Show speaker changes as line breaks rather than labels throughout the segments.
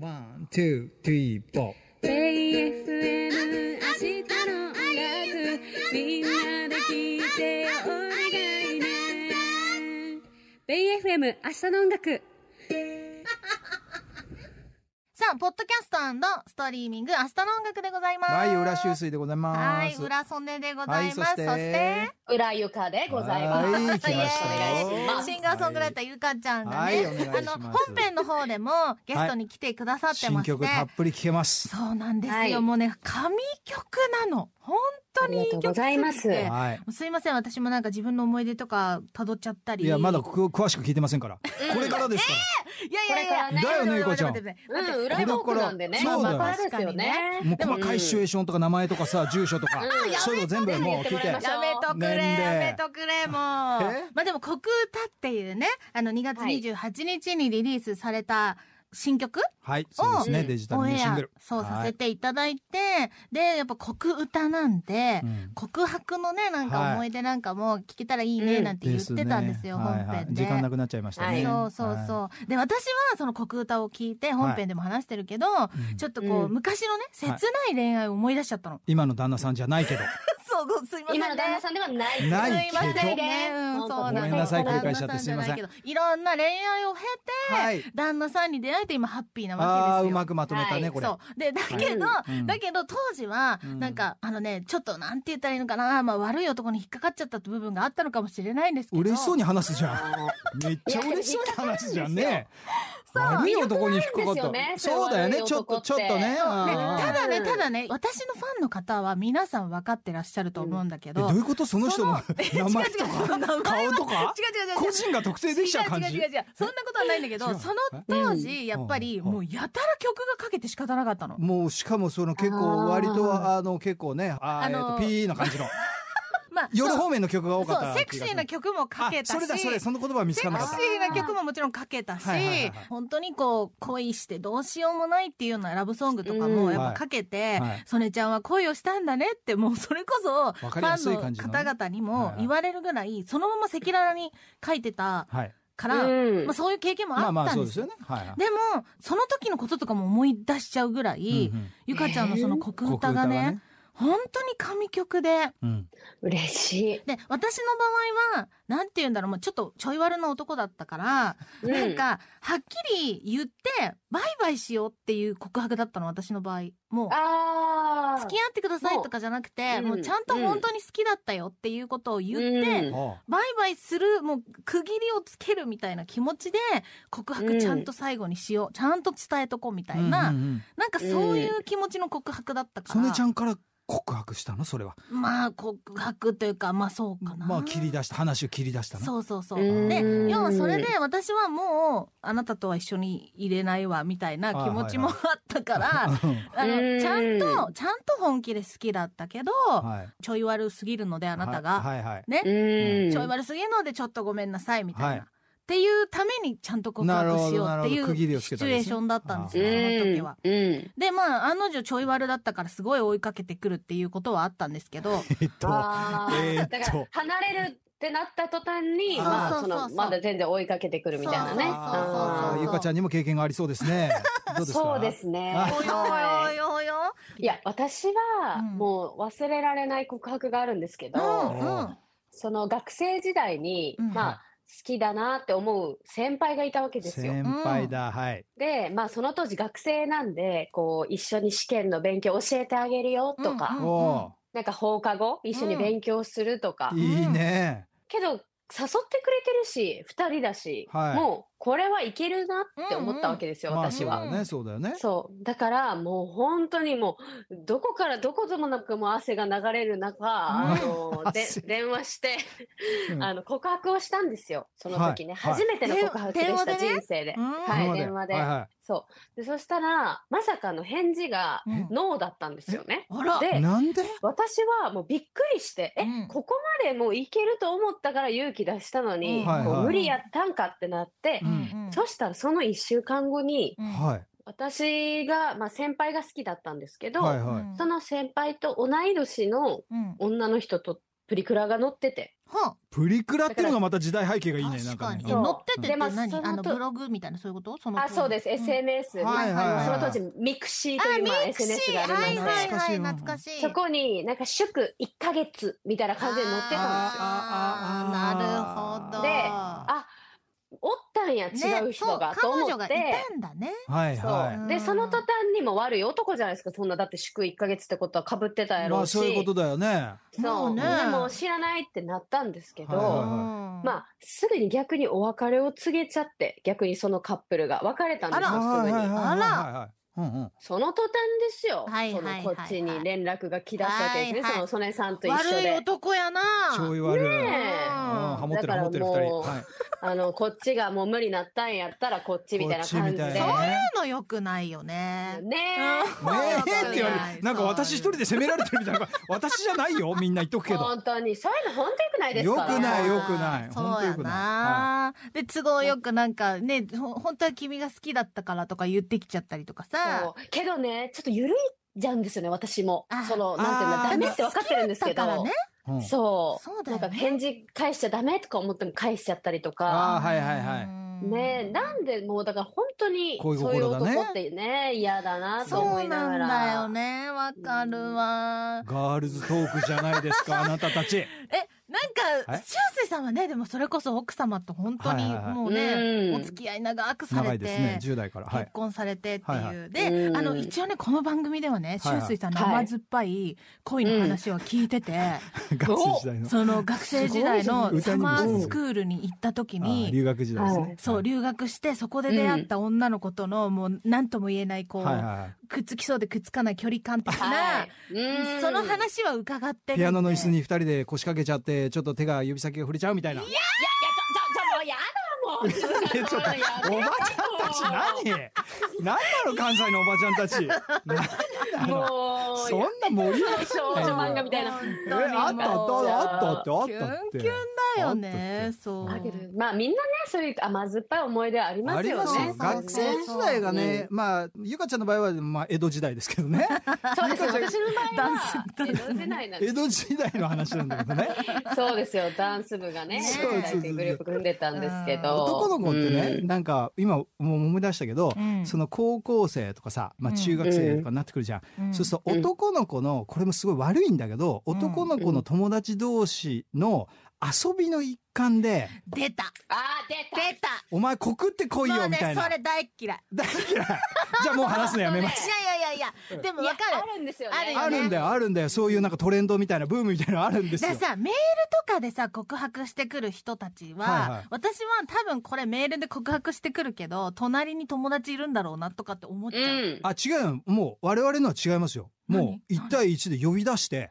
ワン、ツー、スリー、フォー。
JFN 明日の音楽みんなで聞いてお願いね BayFM 明日の音楽
さあ、ポッドキャストストリーミング、明日の音楽でございます。
はい、裏修水でございま
はい、
す。
裏ソネでございます。
はい
そ
そ
し
してて
裏床でございます。
はい、来ましたよ
お願いします
シンガーソングライターゆかちゃんが
は
ね、
い、お願いし
あ
ます。
の本編の方でもゲストに来てくださってま
新
して、
曲たっぷり聴けます。
そうなんですよ、
はい
もうね神曲なの本当にいい曲
ありがとうございます
すぎても
は
うすいません私もなんか自分の思い出とか辿っちゃった
い。
り
いや、まだく詳しく聞いてません から。これからですか
いやいやいや
これ
からねだよねゆかちゃん
待って待って待って
うん、裏
だ
トー
か
ク
ら
なんでね。
そうだよ
まあですよね。
ら。もう細かいシチュエーションとか名前とかさ、住所とか
うん、
そういうの全部もう聞いて
やめ。
やめとくれ、
年齢
やめとくれ、もう。まあでも、国歌っていうね、あの、2月
はい
28日にリリースされた新曲
はい、そうですね、
うん
デジタル
オ
ニュ
ン
ー
エ
シン
ア
グル。、
そうさ
は
せ
い
ていただいて、で、やっぱ国歌なんで
う、ん
告白のね、なん
は
か
い
思い出なんかも聞けたらいいね、なんて言ってたんですよ、
ねはい
本
はい
編で。
時間なくなっちゃいましたね。
そうそうそう。で、私はその国歌を聞いて、本編でも話してるけど、
うん
ちょっとこう、
うん
昔のね、切ない恋愛を思い出しちゃったの。
今の旦那さんじゃないけど。
そうそう、すいませんね。
今の旦那さんではないです。
な
す
い
いません
けど
ね。うん、そう
ごめんなさい繰り返しちゃってすいません
旦那さじゃないけどいろんな恋愛を経て、
はい。
旦那さんに出会えて今ハッピーな
あ
わ
あ、
けで
う
すよ。
まくまとめた
は
ね、
い
これ。
そう。で、だけど、
いうん
だけど当時は、
うん
なんか、あのね、ちょっとなんて言ったらいいのかな、まあ悪い男に引っかかっちゃった部分があったのかもしれないんですけど。
嬉しそう
に。
に話すじゃん。めっちゃ嬉しそうに話すじゃんね。
う
悪い男に引っかかっ
魅力ある
た
んですよね
そうだよね、
そういう
ちょっ
男
と、
って
ちょっとね。
ね、
あ
た
あ
だね、ただね、私のファンの方は皆さん分かってらっしゃると思うんだけ
えど
ど、
ういうことその人の名前と
違う違うその名前
か
は
顔とか
違う違う違う違う
個人が特定できちゃう感
違う
じ
違う違う違うそんなことはないんだけど
違う
その当時やっぱり
うんうん
もうやたら曲がかけて仕方なかったの
もうしかもその結構
あー
割とはあの結構ね、あー
あ
えっ
の
とピーの感じの。
まあ
夜
そう
方面の曲が多かった
そうセクシーな曲もかけたし
あそれだそれ、その言葉は見つ
セ
から
ク
な
シ
かった。
ーな曲ももちろんかけたし、
はいはいはいはい
本当にこう恋してどうしようもないっていうようなラブソングとかもやっぱかけて、
はいはい
ソネちゃんは恋をしたんだねってもうそれこそフ
わかりやすい
ァ
感
ン
じ
の
のね
方々にも言われるぐらいそのまま赤裸々に書いてた
はい。
から、
うん
まあ、そういう経験もあ
まあま
っ
あ
たん
そう
で
です
すよ
よね。はいはい。
でもその時のこととかも思い出しちゃうぐらい、
うんうん
ゆかちゃんのその国歌がね,、
国歌がね
本当に神曲で。
うん。
嬉しい。
で、私の場合は、なんて言うんだろう、もうちょっとちょい悪な男だったから、
うん
なんか、はっきり言って、バイバイしようっていう告白だったの、私の場合。もう、
ああ。
付き合ってくださいとかじゃなくて、
も
も
う
うちゃんと本当に好きだったよっていうことを言って、
うん
あ
バイバイする、もう区切りをつけるみたいな気持ちで、告白ちゃんと最後にしよう、ちゃんと伝えとこうみた
あ
いな、
うんうんうん
なんかそういう気持ちの告白だったか
ソ
ら。
ネちゃんから告白したのそれは。
まあ、告白というか、まあそうかな。
まあ切り出した、話を切り出したの。
そうそうそう。
うん
で
うん、
要はそれで私はもう、あなたとは一緒に入れないわ、みたいな気持ちもあ
はい
ったか ら、
うん
あ
う
の、
ん
ちゃんと、ちゃんと本気で好きだったけど、
はい。
ちょい悪すぎるのであなたが、
はいはいはい。
ね、
うん。
ちょい悪すぎるのでちょっとごめんなさい、みたいな。
はい
っていうためにちゃんと告白しようって
なるほ
い
どなるほど区切り
う
をつ
シ
け
チ
た
ュ
ん
エ
ですね
ーションだったんです
う
よ、
あ
その時
ん
は。。
うん。
で、まあ、案の定ちょい悪だったからすごい追いかけてくるっていうことはあったんですけど、
えっと、
あ
えー
あ。
っと
だから、離れるってなった途端に、
そう
まあ、
そ
そう
そうそう
の、まだ全然追いかけてくるみたいなね。
あ
そうそうそうそう
ーゆかちゃんにも経験がありそうですね。 どうですか
そうですね。
あ
およおよおよ。
いや、私は、
うん
もう忘れられない告白があるんですけど、
うんうん。
その学生時代に、
うん
まあ、好きだなって思う先輩がいたわけですよ。
先輩だ、はい。
で、まあ、その当時学生なんで、こう、一緒に試験の勉強教えてあげるよとか、
うんうん
お
なんか放課後、一緒に勉強するとか、
ーいいね。
けど、誘ってくれてるし、二人だし、
はい
もう、これはいけるなって思ったわけですよ、
まあ、
私
そう
は。
だね、そうだよね。
そう。だから、もう本当にもう、どこからどこともなくもう汗が流れる 中、あの、で
汗、
電話して、
うん
あの、告白をしたんですよ。その時ね。
はいはい
初めての告白でした、
電話でね
人生で
う。ん
はい電話で
はいは
そう。で、そしたら、まさかの返事が、
うん
ノーだったんですよね。
あら
い。
で、
なんで
私はもうびっくりして、え、
うん
ここまでもういけると思ったから勇気出したのに、
うん
はい
こう
はい
無理やったんかってなって、
うん
そしたらその一週間後に、
うん
はい。
私が、まあ先輩が好きだったんですけど、
はいはい。
その先輩と同い年の
うん
女の人とプリクラが載ってて。
は
プリクラっていうのがまた時代背景がいいね。なん
確
か
か
ね
に。。え
いい
載
ね
っててって
そうでまあそ
何
の
あの
と
ブログみたいなそういうことその
あ、そうです。
ん
SNS。
はいはいはい
その当時、ミクシーという今
あミクシ
SNS
ー
があ
は
るので、
いはい
懐かし
はいい
うん
懐かしい
そこになんか祝1ヶ月みたいな感じで載ってたんですよ。
あーなるほど
であ、おったんや、違う人が、
ね、そ
と
う彼
思
女
っ
がい
て。
たんだね
はい
そう
は
で、その途端にも悪い男じゃないですか、そんな。だって祝1ヶ月ってことは被ってたや
い。
ろ
ま
う
あ
し。
そういうことだよね。
そ
も
う。
うね
でも知らないってなったんですけど、
はいはい
まあ、すぐに逆にお別れを告げちゃって、逆にそのカップルが別れたんで
あ
すよ、すぐに。
あら
い。うんうん。
その途端ですよ。
はいはいはいはい
そのこっちに連絡が来だしたわけですね、
はいはい
その曽根さんと一緒
悪い
で。
男やな
醤油悪い。
ねえ
うんハモってる
だか
ハ
ら
モってる二
も
人。
う
はい。
あの、こっちがもう無理なったんやったらこっちみたいな感じ
こ
で。
っちみたい
ね
なね
そういうの良くないよね
え。
うん
ねえ
そう
って言われる。なんか私一人で責められてるみたいな。私じゃないよ。みんな言っとくけど。
本当に。そういうの本当よくないですから。
良くないよくない
そうや
本当よく
な
な、
で、都合よくなんかね、ほ本当は君が好きだったからとか言ってきちゃったりとか
そ
さ。
うけどね、ちょっと緩いじゃんですよね、私も
あ。
その、なんていうの
あ、ー
ダメって分かってるんです
だ
け
から
ど
ね。。
うん
そう。
そうだ
な
よ
ん
ね
か返事返しちゃダメとか思っても返しちゃったりと
あ
か。
ーはいはいはい
い
ねえ、なんでもうだから本当に
恋
そういう
心だね
男ってね、嫌だなと
そ
思
う
いな
な
が
ん
ら。
だよね。わかるわ。
ガールズトークじゃないですか、あなたたち。
え、なん
え
か、修水さんはね、でもそれこそ奥様と本当に
はいはいはい
もうね、
うん
お付き合い長くさ
長
れ
いですね
て、。
10代から。は
結
い。
婚されてって
はい
い
は
う。で
う、ん
あの、一応ね、この番組ではね、
はいはい
修水さんの甘酸っぱい恋の話を聞い てて、
学生時代の。
その学生時代の
すごいじゃ
サ
ん
マースクールに行った時
あ
に
ー、留学時代ですね。
そ
は
う、
い
留学して、そこで出会った女の子との、もう、何とも言えない、こ、
はいうはいはい。
くっつきそうでくっつかない距離感的
は、。
ない
うん
その話は伺ってるんで
ピアノの椅子。に二人で腰掛けちゃって、ちょっと手が指先が触れちゃうみたいな。いや、
いや、いや、ちょ、ちょ、ちょ、もうや だもん。
ちょっと、おばちゃんたち何何なの関西のおばちゃんたち。何なの
もう、
そんな盛り上がり
少女漫画みたいな。
えあったあったあったあっ
キ
たあった
ュ
っ
ン
て。
キュンだよね、そう。
だけどまあみんなね、そういう甘酸っぱい思い出ありま
あ
す
り
よ
ま
ね。
す
そう
よ。
ね
学生時代がね、まあ、ゆかちゃんの場合は、まあ、江戸時代ですけど ね。
そうですよ。私の場
ダ
合は、江
ンスダンス
戸時代なんで
江戸時代の話なんだけど ね。
す。そうですよ。ダンス部がね、
ね
江戸時代っていうグループ組んでたんですけど。
男の子ってね、
うん
なんか、今、もう思い出したけど、
うん
その高校生とかさ、まあ、
うん
中学生とかになってくるじゃん。
うん
そうすると、男の子の、これもすごい悪いんだけど、
うん
男の子の友達同士の遊びの一環で、
出た
あー、出た
出た
お前告ってこい
も
よ、
う
みた
ね、
いな。
それ大っ嫌い。
大嫌い。 じゃあもう話すのやめます。
いやいやいやいや、でも
いや
わかる。
あるんですよ
ある
ね。
あ
よね
るんだよ、あるんだよ。そういうなんかトレンドみたいな、ブームみたいなのあるんです
だ
よ
か。らさ、メールとかでさ、告白してくる人たちは、
はいはい
私は多分これメールで告白してくるけど、隣に友達いるんだろうなとかって思っちゃう。
うん。
あ、違うよ。もう、我々のは違いますよ。もう、1対1で呼び出して、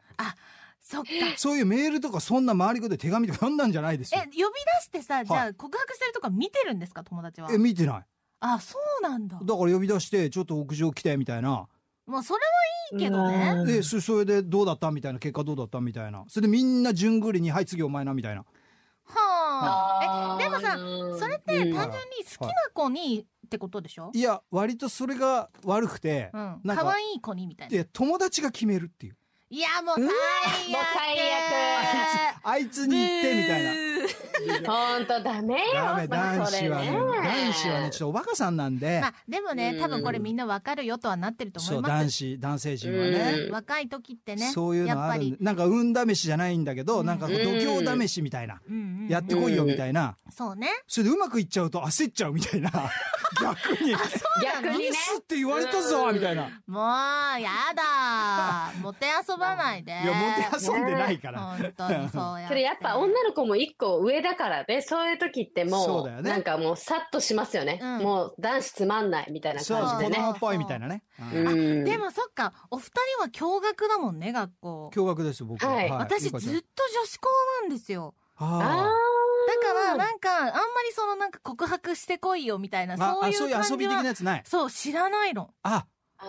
そっか。
そういうメールとか、そんな回りくで手紙とか読んだんじゃないです
え、
よ
呼。び出してさ、じゃあ告白してるとか見てるんですか、友達は
え、。見てない。
あ、そうなんだ。
だから呼び出して、ちょっと屋上来て、みたいな。
もうそれはいいけどね。
で、そそれでどうだったみたいな、結果どうだったみたいな。それでみんな順繰りに、はい、次お前な、みたいな。
はあ。え、でもさ、
さ
それって単純に
はい
好きな子にってことでしょ
いや、割とそれが悪くて、
うん。
なん
可
か、
愛い子にみたいな。
で、友達が決めるっていう。
いや、もう最悪。
もう 最
あいつに言って、みたいな。
いな。
本当ダメよ。
ダメ、男子はね。
それ
男子はね、ちょっとおバカさんなんで
ま。あ、でもね、多分これみんなわかるよとはなってると
そ、
思いうま
男
す。
子、男性陣はね。
うん
若い時ってね。
そういう
やっ
のあ
ぱ
るん
り
で。なんか、運試しじゃないんだけど、
うん
なんかこう、度胸試しみたいな。
うんうんうん
やってこいよ、みたいな。
そうね。
それでうまくいっちゃうと焦っちゃうみたいな。逆に。
逆に
ミ
ね。
スって言われたぞ、みたいな。
もう、やだ ー。もてあそばないで。
いや、もて遊んでないから。
本当にそ うやて。
それやっぱ女の子も一個上だからね、そういう時って
そ
も
う
う、
だよね
なんかもうさっとしますよね、
うん
もう男子つまんないみたいな
そう、
感
子
じでね
供。っぽいみたいなね。うん
うん
でもそっか、お二人は共学だもんね、学校。
驚愕です、僕は。
はい
私ずっと女
っ
子校なんですよ。
あ
だから、
ー
なんか、あんまりそのなんか告白してこいよみたいな、
あ
そう
あ、
いう
そういう
感
遊
じ
び的な
は。
やつない。
そう、知らないの。
あ、
あ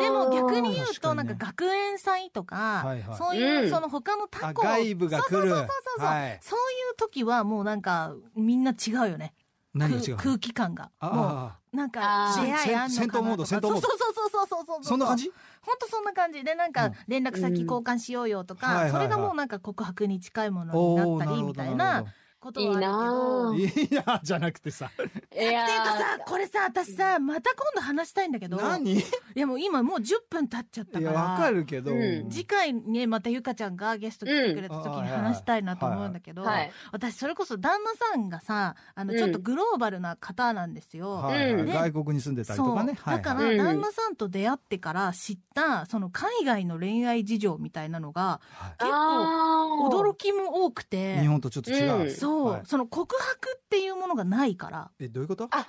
ー
でも逆に言う
確か
と、
に
な
ね
んか学園祭とか、
はいはい
そういうう、
ん
その他の他
あ
校、
外部が来る。
そうそうそうそうそう。
はい。
そういう時はもうなんか、みんな違うよね。
何が違うの
空気感がも
あ
うなん
あ
か
ー
出会いあんのかなとか
戦闘モード戦闘モード
そうそうそうそうそうそう
あ、そんな感じ
本当そんな感じでなん
う
か
ん
連絡先交換しようよと
うんはい
か、
はいはい
それがもうなんか告白に近いもの
お
に
お
なったりみたいなことはあるけ
いい
ど
な
ー。いいな、じゃなくてさ。
いや
っていうかさ
ー
これさ私さまた今度話したいんだけどい
何い
やもう今もう10分経っちゃったか
や、
ら
わかるけど。
うん
次回ねまたゆかちゃんがゲスト来てくれた時
うん
に話したいなと思うんだけど、
はい。
私それこそ旦那さんがさあの
うん
ちょっとグローバルな方なんですよ。
はいはい
うん
ね
外国に住んでたりとかね。
そうだか
は
ら
いはい
旦那さんと出会ってから知ったその海外の恋愛事情みたいなのが結構
あー
驚きも多くて
日本とちょっと違う。
うん
そう、
はい
その告白っていうものがないから
え、どういうこと
あ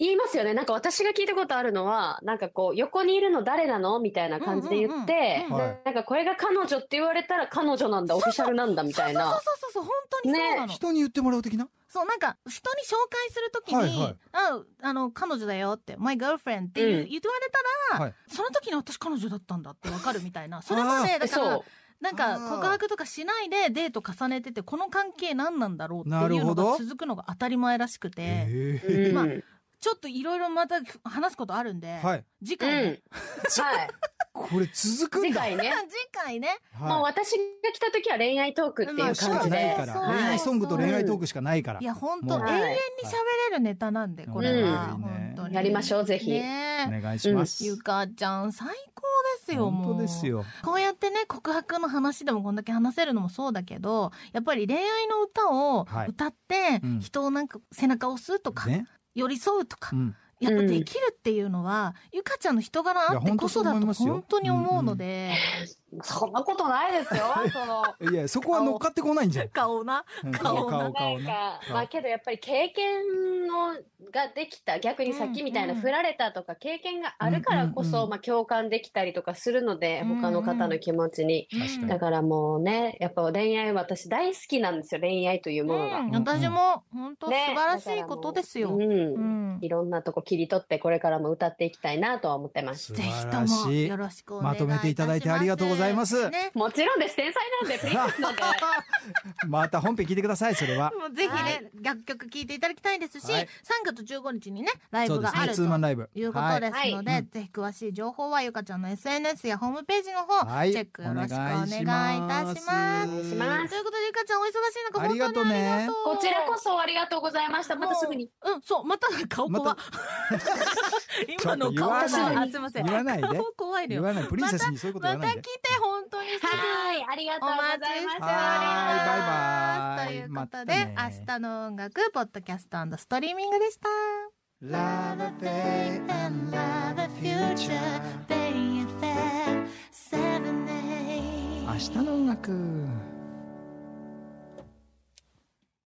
言いますよね。なんか私が聞いたことあるのは、なんかこう、横にいるの誰なのみたいな感じで言って
うんうんうん、
はい
なんかこれが彼女って言われたら彼女なんだ、オフィシャルなんだみたい
そ
な
う。そうそうそう本当にそうなの、
人に言ってもらう的な
そうなんか人に紹介するときに、
はいはい
ああの彼女だよって「my girlfriend」って言う、言わ
うん
れたら、
はい
その時に私彼女だったんだってわかるみたいなそれまでだか
そう
ら。なん
あ
か
ー
告白とかしないでデート重ねててこの関係何なんだろうって
ないる
う
ほ
の
ど
が続くのが当たり前らしくて、
ええ
うん
まあ
うん
ちょっといろいろまた話すことあるんで、
はい。
次
う
回ね、
ん。はい。
これ続くん
次
だ。
回ね。
次回ね
もう
は
私が来た時は恋愛トークっていう
い。
感
しか
じ
ない
で。
か
そ
ら。
うそう
恋愛ソングと恋愛トークしかないから
い。や本当
もう
永遠に喋れるネタなんでこれは、
うん
本当に
やりましょう、ぜひ。
ねえ
お願いします。
ゆかちゃん最高ですよもう
本当ですよ。
こうやってね告白の話でもこんだけ話せるのもそうだけどやっぱり恋愛の歌を
はい
歌って
うん
人をなんか背中を押すとか、
ね。
寄り添うとか
う、ん。
やっぱできるっていうのは、ゆかちゃんの人柄あってこそだ
いや本当そう思い
と
ますよ
本当に思うので、
そんなことないですよ。 その、
いや、そこは乗っかってこないんじゃん。
顔な。
うん
顔
顔、
な
顔
ん
ね。
か、
顔
まあけどやっぱり経験のができた、逆にさっきみたいな
うんうん
振られたとか経験があるからこ
うんうん
そ、
うん
まあ共感できたりとかするので、
うんうん
他の方の気持ちに。
確かに
だからもうね、やっぱ恋愛、私大好きなんですよ、恋愛という
う
ものが。
ん、
ん
私も本当素
ね
晴らしいことですよ。
だからもう
う
う
ん、
ん。いろんなとこ切り取って、これからも歌っていきたいなとは思ってます。
素
ぜひ
晴
と
ら
も
しい
よ。ろしくお願
ま
いいたします。
とめていただいてありがとうございます
ね、
もちろんです、天才なん で、プリンセスなんで。
また本編聞いてください、それは。
もうぜひね、
はい
楽曲聴いていただきたいですし、
はい
3月15日にね、ライ
そ
ブ
うで
が
す
あ
ね。
る
ツ
と
ーマンライブ。
いうことですので、
はいうん
ぜひ詳しい情報はゆかちゃんの SNS やホームページの方、
はい
チェックよろしくお願いいたし
お願いしま
ます。
お願いします
ということでゆかちゃんお忙しい中
ありが
本
とう
当に
ね
ありがとう
こちらこそありがとうございました。またすぐに。
うんそうまた顔怖、
ま
今の顔
ちょっと言わ
ない
あすいません
言わないで
顔怖いの
言
よ
わない。プリンセスにそういうこと
ま
言わな
た
い
来
で
て。本当にすぐ
はい、ありがと
お
うご
待ち
ざい
してお
ま
り
した。
ます
はいバイバイ
ということ
また
で、
ね
明日の音楽ポッドキャストストリーミングでした
Love a day and love a future 明日の音楽。